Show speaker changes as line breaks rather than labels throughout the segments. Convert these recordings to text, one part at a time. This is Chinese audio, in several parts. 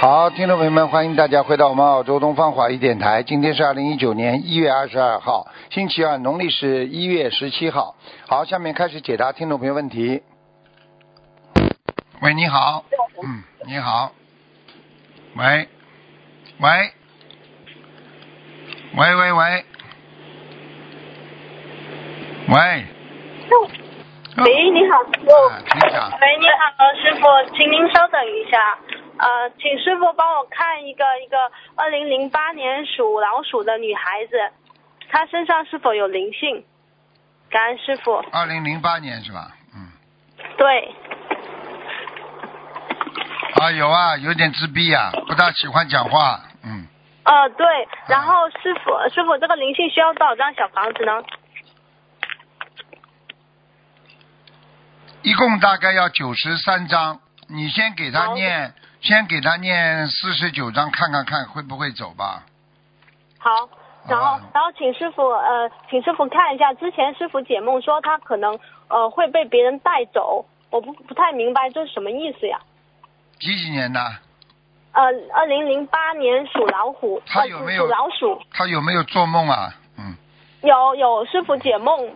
好，听众朋友们，欢迎大家回到我们澳洲东方华语电台。今天是二零一九年一月二十二号，星期二，农历是一月十七号。好，下面开始解答听众朋友问题。喂，你好，嗯，你好，喂，喂，喂喂喂，喂，
喂，你好，师傅。
嗯啊，请讲，
喂，你好，师傅，请您稍等一下。呃，请师傅帮我看一个一个二零零八年属老鼠的女孩子，她身上是否有灵性？感恩师傅。
二零零八年是吧？嗯，
对，
啊，有啊，有点自闭啊，不大喜欢讲话，嗯，
呃对，然后师傅师傅这个灵性需要多少张小房子呢？
一共大概要九十三章，你先给他
好
念，先给他念四十九章，看看看会不会走吧。
好，然后
啊
然后请师傅呃，请师傅看一下，之前师傅解梦说她可能呃会被别人带走，我不不太明白这是什么意思呀？
几几年的？
呃，二零零八年属老虎，
他
呃
有没有
属老鼠？
他有没有做梦啊？嗯，
有有师傅解梦，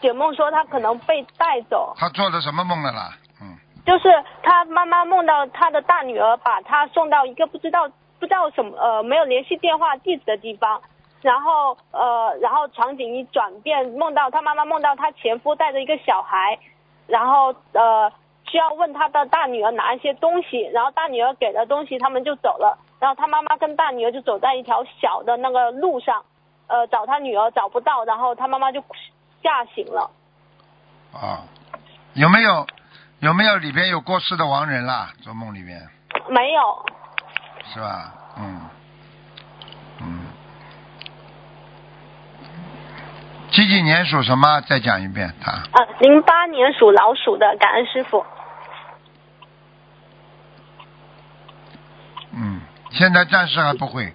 解梦说他可能被带走，
他做了什么梦了啦？嗯，
就是他妈妈梦到他的大女儿把他送到一个不知道不知道什么呃没有联系电话地址的地方，然后呃然后场景一转变，梦到他妈妈梦到他前夫带着一个小孩，然后呃需要问他的大女儿拿一些东西，然后大女儿给了东西，他们就走了。然后他妈妈跟大女儿就走在一条小的那个路上，呃，找他女儿找不到，然后他妈妈就吓醒了。
哦，有没有有没有里边有过世的亡人啦？做梦里面
没有，
是吧？嗯，嗯，几几年属什么？再讲一遍他。
呃，零八年属老鼠的，感恩师傅。
嗯，现在暂时还不会。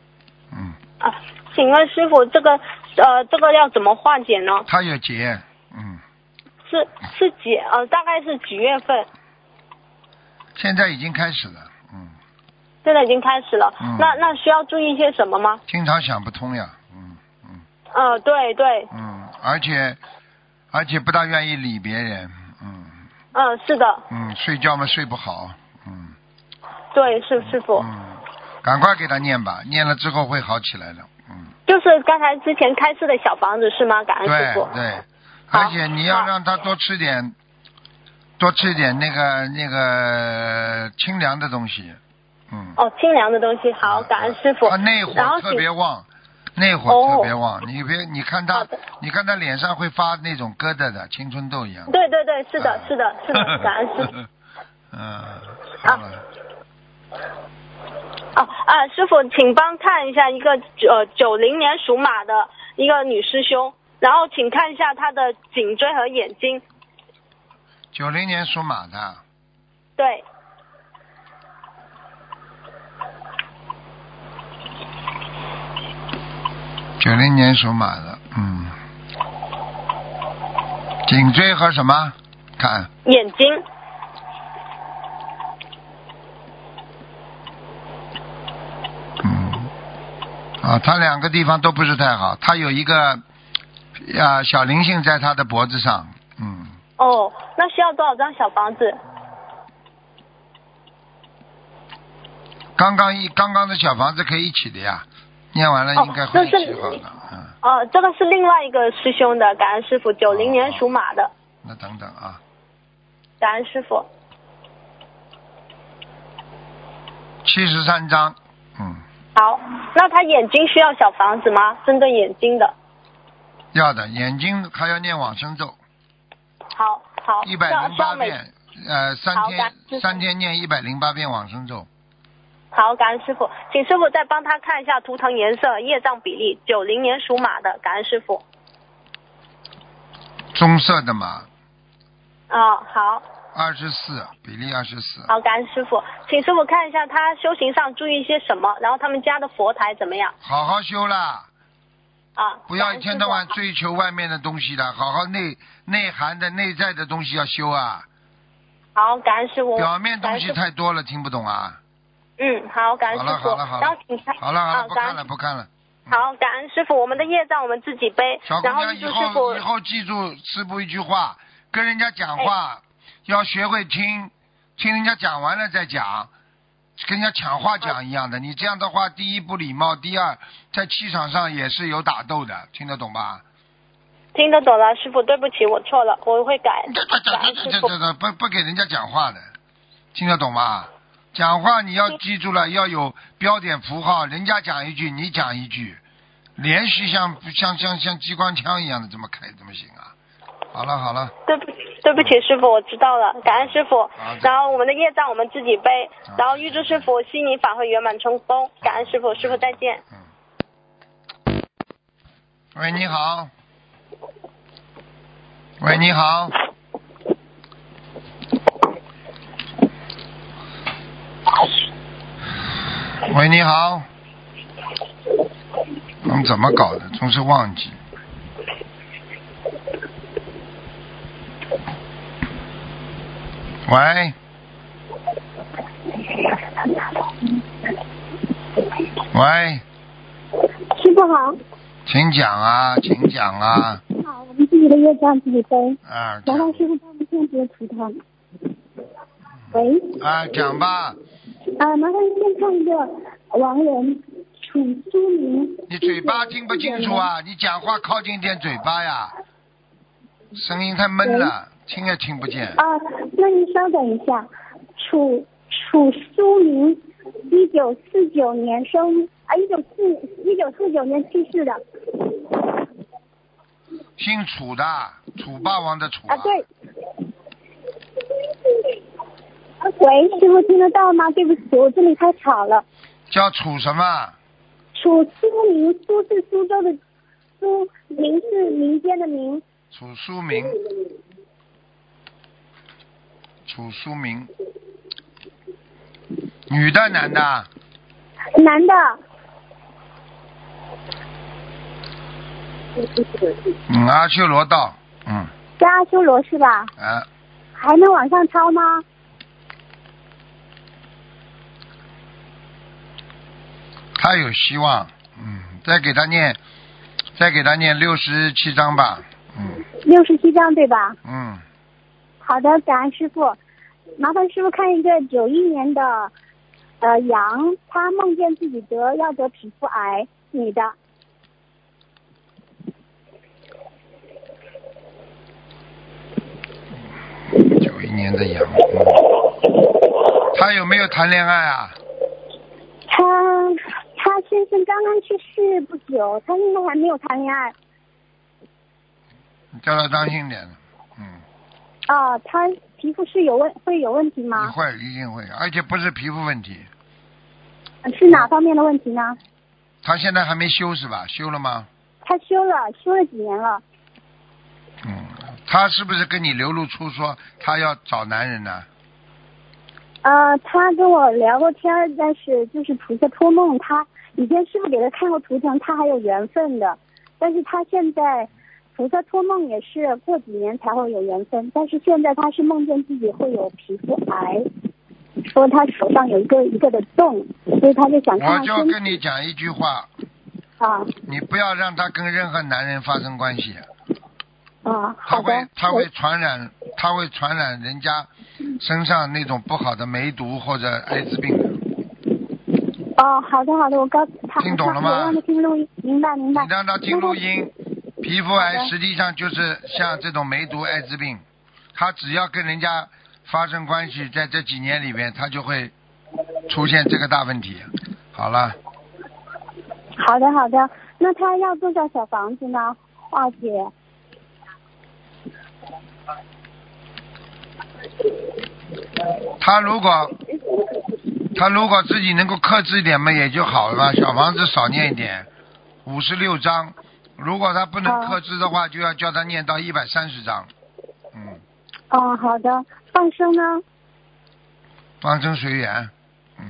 嗯，
啊，请问师傅，这个呃，这个要怎么化解呢？
他有结。嗯，
是是几呃，大概是几月份？
现在已经开始了。嗯，
现在已经开始了，
嗯
那那需要注意些什么吗？
经常想不通呀。嗯嗯
呃，对对，
嗯，而且而且不大愿意理别人。嗯
嗯、是的，
嗯，睡觉嘛睡不好。嗯
对，是师傅，
嗯，赶快给他念吧，念了之后会好起来的。嗯，
就是刚才之前开示的小房子是吗？感恩师
对
傅。
对，
好
而且你要
好
让他多吃点。多吃点那个那个清凉的东西，嗯。
哦，清凉的东西，好，
啊
感恩师傅。
啊，内
然后
火特
请
别旺，内火
哦
特别旺。你别，你看
好
他
的，
你看他脸上会发那种疙瘩的，青春痘一样。
对对对，是的
啊，
是的，是的， 感恩师傅。。
嗯，
啊
好了，
哦啊，师傅，请帮看一下一个呃九零年属马的一个女师兄，然后请看一下她的颈椎和眼睛。
九零年属马的，
对，
九零年属马的，嗯，颈椎和什么？看
眼睛
嗯，啊，他两个地方都不是太好，他有一个啊小灵性在他的脖子上，嗯，
哦，那需要多少张小房子？
刚刚一刚刚的小房子可以一起的呀，念完了
哦
应该会一
那是
起好的，嗯，
呃，这个是另外一个师兄的，感恩师傅，九零年属马的，
那等等啊，
感恩师傅。
七十三章，嗯，
好，那他眼睛需要小房子吗？针对眼睛的。
要的，眼睛还要念往生咒，
好，好，
一百零
需要
八
哦每
遍，呃，三
好
天
感谢
三天念一百零八遍往生咒，
好，感恩师傅，请师傅再帮他看一下图腾颜色、业障比例。九零年属马的，感恩师傅。
棕色的嘛，
啊、好，
二十四比例二十四，
好，感恩师傅，请师傅看一下他修行上注意些什么，然后他们家的佛台怎么样
好好修啦，
啊？
不要
感
一
恩
天
师
到
傅
晚追求外面的东西的，好好内内涵的内在的东西要修啊，
好，感恩师傅。
表面东西
感恩师
太多了，听不懂啊，
傅嗯，好，感恩
好
师
了
傅
好了好了。
然后请看，
好了好了，
啊
不
感
看
恩
了不看了。
好，感恩师傅，我们的业障我们自己背
小。姑
然后
娘，
玉
以
珠师傅
后以，后记住师傅一句话，跟人家
哎
讲话、要学会听，听人家讲完了再讲，跟人家抢话讲一样的。你这样的话，第一不礼貌，第二在气场上也是有打斗的，听得懂吧？
听得懂了，师傅，对不起，我错了，我会 改
这这。
感
这
恩
这
师
这
傅，
这这不不给人家讲话的，听得懂吗？讲话你要记住了，要有标点符号，人家讲一句，你讲一句，连续像像像像机关枪一样的这么开，怎么行啊？好了好了。
对不起，对不起，师傅，我知道了，感恩师傅
好的。
然后我们的业障我们自己背
好。
然后玉珠师傅，悉尼法会圆满成功，感恩师傅，师傅再见。
嗯。喂，你好。喂，你好。喂，你好。我们怎么搞的？总是忘记。喂。喂，
师傅好，
请讲啊，请讲啊，
好，我们自己的业障自己背，
啊，讲
麻烦师傅帮我们看几个图腾。喂，
啊，讲吧，
啊，麻烦先看一个王人楚书明。
你嘴巴听不清楚？啊，你讲话靠近点嘴巴呀，声音太闷了，听也听不见。
啊，那您稍等一下，楚楚书明，一九四九年生，啊，一九四一九四九年去世的。
姓楚的，楚霸王的楚
啊，对。喂，师傅听得到吗？对不起，我这里太吵了。
叫楚什么？
楚苏明，苏是苏州的苏，明是民间的民。
楚书明，楚书明，女的男的？
男的，
嗯，阿修罗道，嗯，
在阿修罗是吧？
啊，
还能往上抄吗？
他有希望，嗯，再给他念，再给他念六十七章吧，嗯
六十七章对吧？
嗯，
好的，感恩师傅。麻烦师傅看一个九一年的呃羊，他梦见自己得要得皮肤癌，女的。
九一年的羊，嗯，他有没有谈恋爱啊？
他他先生刚刚去世不久，他应该还没有谈恋爱。
你叫他当心点，嗯，
啊、他皮肤是有问会有问题
你
吗？
会一定会，而且不是皮肤问题，
是哪方面的问题呢？
他现在还没修是吧？修了吗？
他修了修了几年了？
嗯，他是不是跟你流露出说他要找男人呢、
呃，他跟我聊过天儿，但是就是菩萨托梦，他以前师傅给他看过图腾，他还有缘分的，但是他现在菩萨托梦也是过几年才会有缘分，但是现在他是梦见自己会有皮肤癌，说他手上有一个一个的洞，所以他就想
我
看
就
看身
跟你讲一句话，
啊
你不要让他跟任何男人发生关系。
啊，
他
好的
会，他
我
会传染，他会传染人家身上那种不好的梅毒或者艾滋病的。
哦，好的好的，我告诉他，
听懂了吗
我让他听录音，明白明白。
你让他听录
那
音，皮肤
好
癌
的
实际上就是像这种梅毒、艾滋病，他只要跟人家发生关系，在这几年里面，他就会出现这个大问题。好了，
他。好的好的，那他要多少小房子呢？化解。
他如果他如果自己能够克制一点嘛，也就好了嘛。小房子少念一点，五十六章。如果他不能
好
克制的话，就要叫他念到一百三十章。嗯，
哦，好的。放生呢？
方生随缘。嗯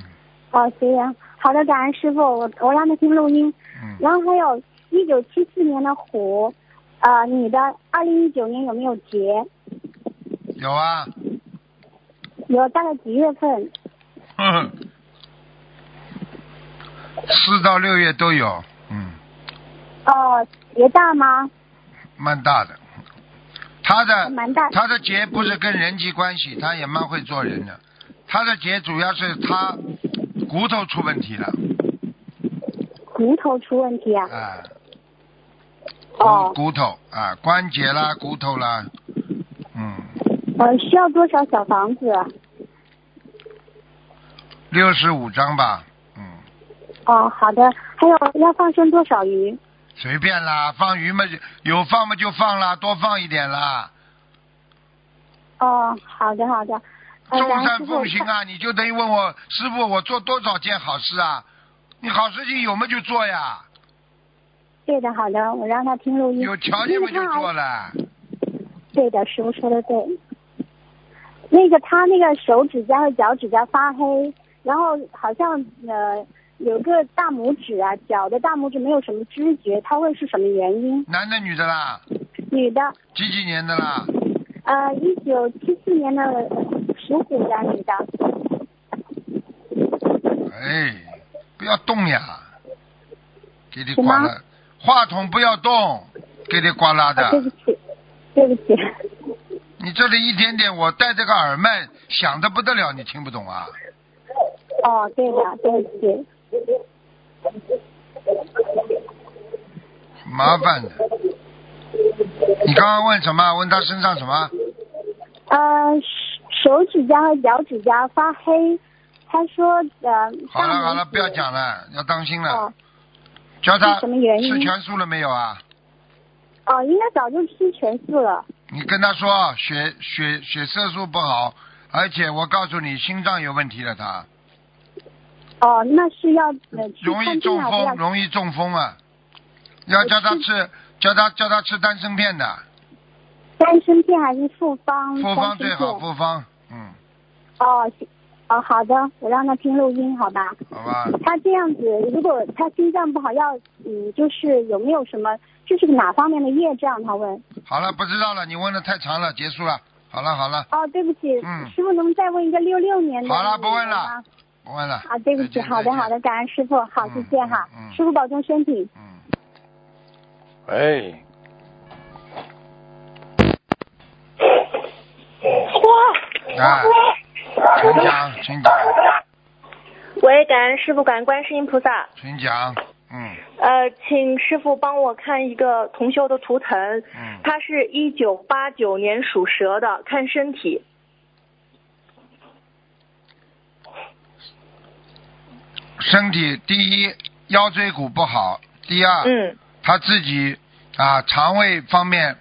哦，随缘。好的，感恩师傅，我我让他听录音。
嗯，
然后还有一九七四年的虎，呃，你的二零一九年有没有结？
有啊。
有大概几月份？
呵呵嗯四到六月都有，嗯，
哦，结大吗？
蛮大的。他的
蛮大的
他的劫不是跟人际关系，他也蛮会做人的。他的劫主要是他骨头出问题了，
骨头出问题啊？
啊，
哦
骨，骨头啊，关节啦，骨头啦，嗯，
呃，需要多少小房子？
六十五张吧，嗯，
哦，好的。还有要放生多少鱼？
随便啦，放鱼嘛，有放嘛就放啦，多放一点啦。
哦，好的好的。呃，
众
然后
善
师
奉行
傅看，
啊，你就等于问我师傅，我做多少件好事啊？你好事情有没就做呀？
对的，好的，我让他听录音。
有条件嘛
因为
就
他
做了。
嗯对的，师傅说的对。那个他那个手指甲和脚趾甲发黑，然后好像呃有个大拇指啊，脚的大拇指没有什么知觉，他问是什么原因？
男的女的啦？
女的，
几几年的啦？
呃，一九七四年的属虎的女的，
哎，不要动呀！给你
什么
挂了，话筒不要动，给你挂拉
啊对
的
不。起，对不起，
你这里一点点，我戴这个耳麦响的不得了，你听不懂啊？
哦，对的，对不起，
麻烦的。你刚刚问什么？问他身上什么？
呃，手手指甲和脚趾甲发黑，他说呃，
好了
大拇
好了，
指
不要讲了，要当心了
哦。
教他
是什么原因
吃全素了没有啊？
哦，应该早就吃全素了。
你跟他说血血血色素不好，而且我告诉你，心脏有问题了，他
哦，那是要呃去
容易
看
中
病啊，不
风，
要
容易中风啊！要叫他吃，叫他叫他吃丹参片的，
丹参片还是复方？
复方最好，
嗯丹参片
复方，嗯，
哦，行哦，好的，我让他听录音，好吧？
好吧，
他这样子，如果他心脏不好，要嗯，就是有没有什么，这是哪方面的业障？他问。
好了，不知道了，你问的太长了，结束了，好了好了，
哦，对不起，
嗯
师傅，能不能再问一个六六年的？
好了不问了。不问了。
啊，对不起，
再见
好的
再见
好的，感恩师傅，好，
嗯
再见哈
嗯嗯，
师傅保重身体。
嗯。
哎，
啊，请讲，请讲，
喂，感恩师傅，感恩观世音菩萨。
请讲。嗯
呃，请师傅帮我看一个同修的图腾，
嗯，
他是一九八九年属蛇的，看身体。
身体第一腰椎骨不好，第二、
嗯，
他自己啊肠胃方面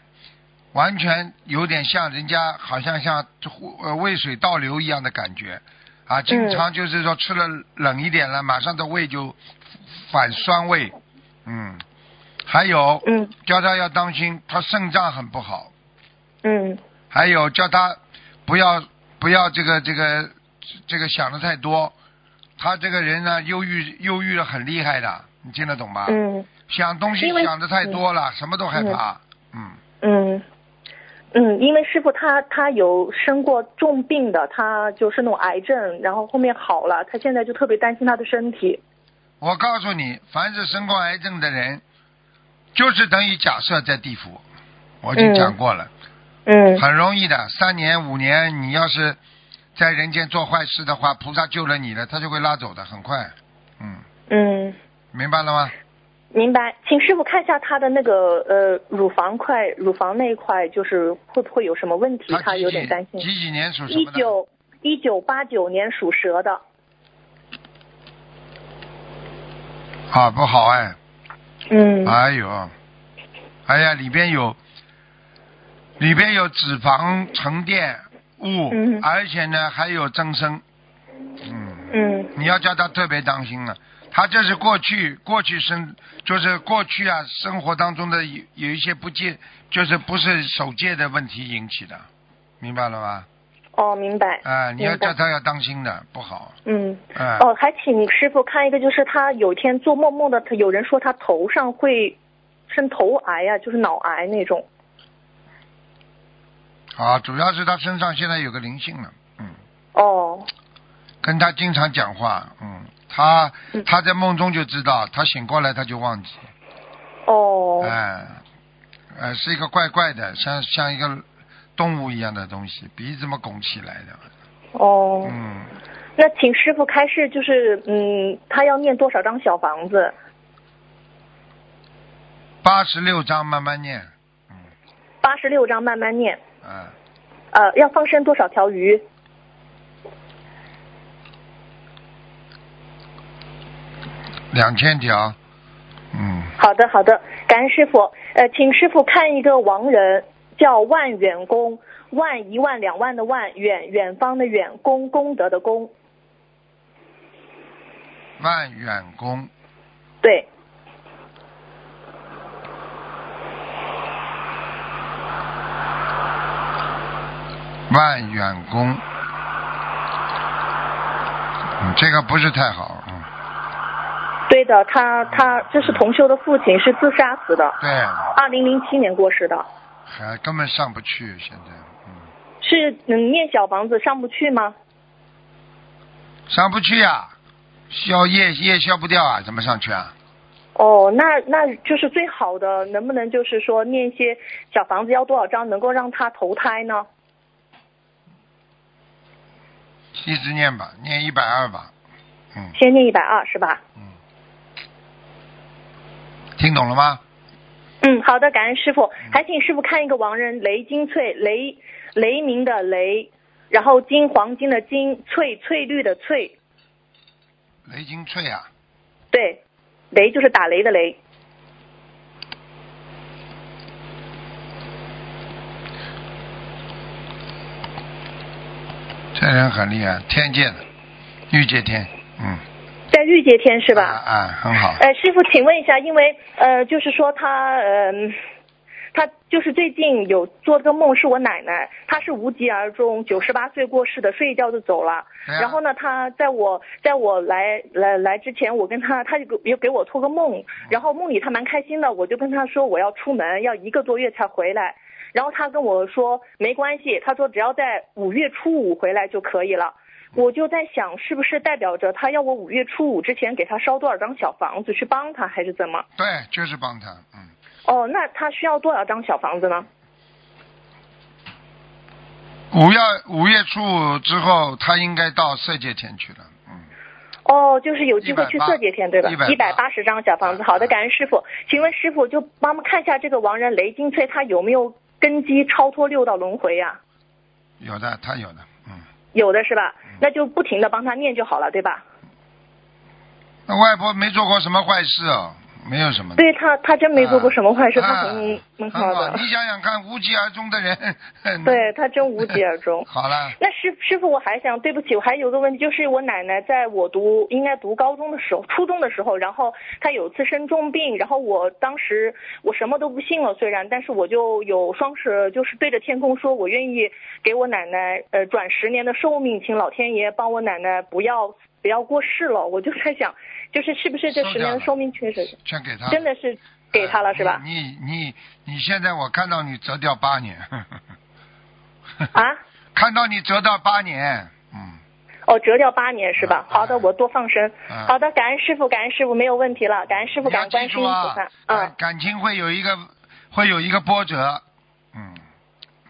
完全有点像人家好像像呃胃水倒流一样的感觉啊，经常就是说吃了冷一点了，马上的胃就反酸胃。嗯，还有
嗯
叫他要当心，他肾脏很不好。
嗯
还有叫他不要不要这个这个这个想的太多，他这个人呢，忧郁忧郁的很厉害的，你听得懂吗？
嗯
想东西
因为
想的太多了，什么都害怕。嗯，
嗯嗯，因为师傅他他有生过重病的，他就是那种癌症，然后后面好了，他现在就特别担心他的身体。
我告诉你，凡是生过癌症的人，就是等于假设在地府，我已经
嗯
讲过了，
嗯
很容易的，三年五年，你要是在人间做坏事的话，菩萨救了你了，他就会拉走的，很快。嗯，
嗯，
明白了吗？
明白。请师傅看一下他的那个呃乳房块，乳房那一块就是会不会有什么问题？他
几
有
几
点担心。
几几年属什
一
么的？
九一九八九年属蛇的，
啊，不好哎，
嗯
哎呦，哎呀，里边有，里边有脂肪沉淀物，
嗯
而且呢还有增生，嗯，
嗯
你要叫他特别当心了。啊他这是过去过去生，就是过去啊生活当中的有有一些不戒，就是不是守戒的问题引起的，明白了吗？
哦，明白，
啊、你要
明白
叫他要当心的，不好，
嗯，
啊、
哦，还请师傅看一个，就是他有一天做梦梦的，他有人说他头上会生头癌啊，就是脑癌那种，
啊，主要是他身上现在有个灵性了，嗯，
哦，
跟他经常讲话，嗯，他他在梦中就知道，他醒过来他就忘记，
哦，
哎、呃，是一个怪怪的，像像一个动物一样的东西，鼻子嘛拱起来的，
哦，
嗯，
那请师傅开示，就是嗯，他要念多少张小房子？
八十六章慢慢念，
八十六张，慢慢念。
嗯、
呃，要放生多少条鱼？
两千条，嗯，
好的，好的，感恩师傅。呃，请师傅看一个亡人，叫万远公，万一万两万的万，远远方的远，功功德的功。
万远宫，
对，
万远宫，嗯，这个不是太好，嗯，
对的，他他这是同修的父亲，是自杀死的，
对，
二零零七年过世的。
还根本上不去，现在，嗯，
是嗯，念小房子上不去吗？
上不去呀、啊消夜夜消不掉啊，怎么上去啊？
哦，那那就是最好的，能不能就是说念一些小房子要多少张，能够让他投胎呢？
一直念吧，念一百二吧，嗯
先念一百二是吧？
嗯，听懂了吗？
嗯，好的，感恩师傅。还请师傅看一个亡人雷金翠，雷雷鸣的雷，然后金黄金的金，翠翠绿的翠，
雷金翠啊，
对，雷就是打雷的雷。
这人很厉害，天界的，玉界天，嗯，
在玉界天是
啊
吧？
啊，很好，
呃，师傅，请问一下，因为呃，就是说他嗯、他就是最近有做个梦，是我奶奶，她是无疾而终，九十八岁过世的，睡一觉就走了。
对啊
然后呢，他在我在我来来来之前，我跟他，他就给也给我托个梦，然后梦里他蛮开心的，我就跟他说我要出门，要一个多月才回来。然后他跟我说没关系，他说只要在五月初五回来就可以了。我就在想，是不是代表着他要我五月初五之前给他烧多少张小房子去帮他，还是怎么？
对，就是帮他，嗯，
哦，那他需要多少张小房子呢？
五月五月初五之后，他应该到色界天去了，嗯，
哦，就是有机会去
180
色界天，对吧？一百八嗯
180
十张小房子，好的，感恩师傅。请问师傅，就帮我们看一下这个亡人雷金翠，他有没有根基超脱六道轮回呀、
有的，他有的，嗯，
有的是吧？那就不停的帮他念就好了，对吧？
那外婆没做过什么坏事哦，没有什么的。
对他，他真没做过什么坏事，
啊
他很嗯很好的，
你想想看，无疾而终的人， 哼。
对他真无疾而终
好了，
那师师傅，我还想，对不起，我还有个问题，就是我奶奶在我读应该读高中的时候，初中的时候，然后她有一次生重病，然后我当时我什么都不信了，虽然，但是我就有双手，就是对着天空说，我愿意给我奶奶呃转十年的寿命，请老天爷帮我奶奶不要不要过世了。我就在想，就是是不是这
收
十
掉
年的啊
了
寿命确实
全给他，哎
真的是给她了，是吧？
你你你你现在我看到你折掉八年， 呵呵呵
啊？
看到你折到八年，嗯，
哦，折掉八年是吧？
嗯
好的，我多放生。
嗯
好的，感恩师傅，感恩师傅，没有问题了。感恩师傅，
你要
感恩观
记
世音
住
菩
啊
萨。，嗯
感，感情会有一个会有一个波折，嗯，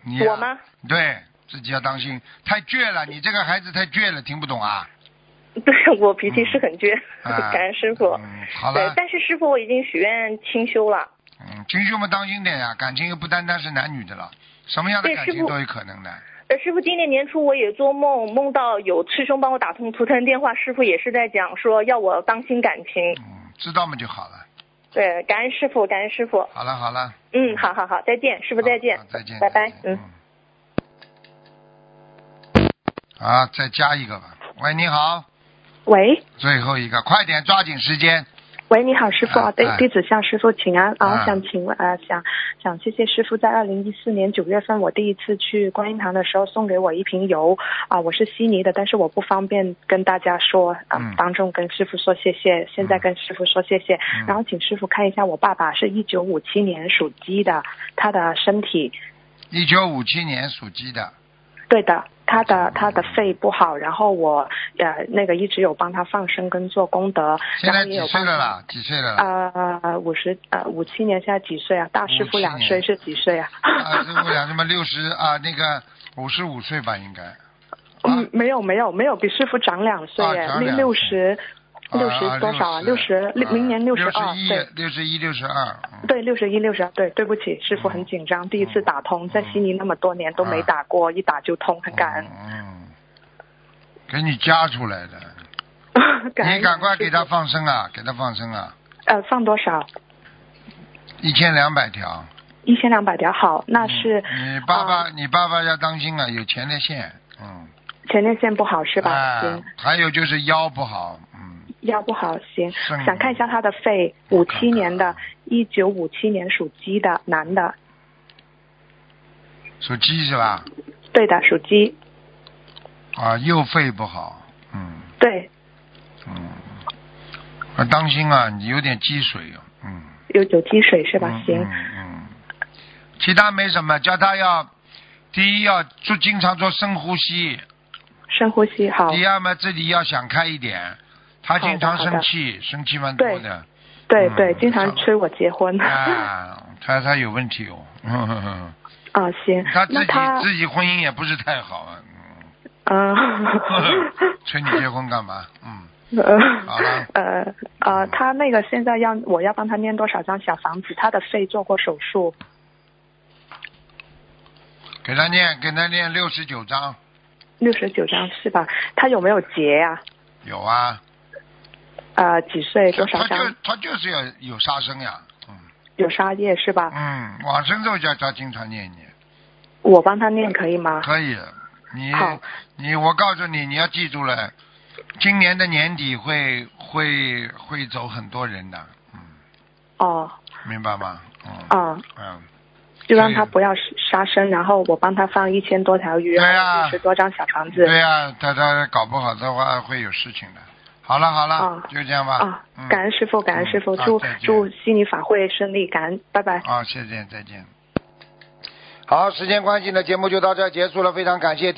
你呀
我吗？
对自己要当心，太倔了，你这个孩子太倔了，听不懂啊。
对我脾气是很倔，
啊
感恩师傅。
嗯，好
对
了，，
但是师傅我已经许愿清修了。
嗯，情绪们当心点呀、感情又不单单是男女的了，什么样的
对
感
师
情
傅
都有可能的。
呃，师傅，今年年初我也做梦，梦到有师兄帮我打通图腾电话，师傅也是在讲说要我当心感情。
嗯，知道嘛就好了。
对，感恩师傅，感恩师傅。
好了好了，
嗯，好好好，再见，师
不
傅再见，
再见，
拜拜
再，见
嗯。。
啊，再加一个吧。喂，你好，
喂，
最后一个，快点，抓紧时间。
喂，你好，师傅，
啊
对
哎，
弟子向师傅请安啊，
啊
想请问呃，想想谢谢师傅，在二零一四年九月份，我第一次去观音堂的时候，送给我一瓶油啊，我是悉尼的，但是我不方便跟大家说，啊
嗯
当众跟师傅说谢谢，现在跟师傅说谢谢，然后请师傅看一下，我爸爸是一九五七年属鸡的，他的身体，
一九五七年属鸡的，
对的，他
嗯
的他的肺不好，然后我呃那个一直有帮他放生跟做功德，
现
然后
在
也
几
有
岁
帮
了
他
啦？几岁了啦？
呃，五十呃五七年现在几岁啊？大师
57
傅两
年
岁是几岁啊？
啊，这不讲什么六十啊，那个五十五岁吧，应该。
嗯，没有没有没有，比师傅长两岁
啊
耶，
长
六
两
六
岁
十六十多少啊？六十
六
明年
六
十二
一啊
对。，
六十一，六十二。嗯
对，六十一、六十二，对，对不起，师傅很紧张，第一次打
嗯
通，在悉尼那么多年都没打过，一打就通，很感恩，
嗯，给你加出来的，
感
嗯
恩。
你赶快给他
师
放生啊，给他放生啊，
傅呃放多少？
一千两百条。
一千两百条，好，那是
嗯
啊呃
你爸爸，你爸爸要当心啊，有前列腺，嗯，
前列腺不好是吧？
哎
行，，
还有就是腰不好，嗯，
腰不好，行
肾，
想看一下他的肺，五
看
七
看啊
年的，一九五七年属鸡的男的，
属鸡是吧？
对的，属鸡，
啊，右肺不好，嗯
对，
嗯，啊，当心啊，你有点积水哦，嗯，
有有积水是吧
嗯？
行
嗯，嗯，其他没什么，叫他要第一要做经常做深呼吸，
深呼吸，好，
第二嘛自己要想开一点，他经常
好的
生气，生气蛮多的，
对
嗯
对，经
好
常催我结婚， 啊，
啊，他他有问题哦， 嗯嗯嗯
行
他，自
那
己
他，
自己婚姻也不是太好啊，
嗯。
嗯催你结婚干嘛？嗯，
呃
好了
呃呃，他那个现在要我要帮他念多少张小房子？他的肺做过手术，
给他念给他念六十九章，
六十九张是吧？他有没有结呀、
有啊，
啊？呃，几岁
他
多少
他就
张？
他就是要有杀生呀，嗯
有杀业是吧？
嗯，往生咒叫他经常念念，
我帮他念可以吗？
可以，你
啊好
你我告诉你，你要记住了，今年的年底会会会走很多人的，嗯，
哦，
明白吗？嗯
啊、
嗯，
就让他不要杀生，然后我帮他放一千多条鱼，
对啊
然后六十多张小房子。
对哎呀、他他搞不好的话会有事情的。好了好了，
啊
就这样吧。
啊
嗯，
感恩师傅，感恩师傅，
嗯啊
祝
再见
祝悉尼法会顺利，感恩，拜拜。
啊，谢谢，再见。好，时间关系呢，节目就到这儿结束了，非常感谢听。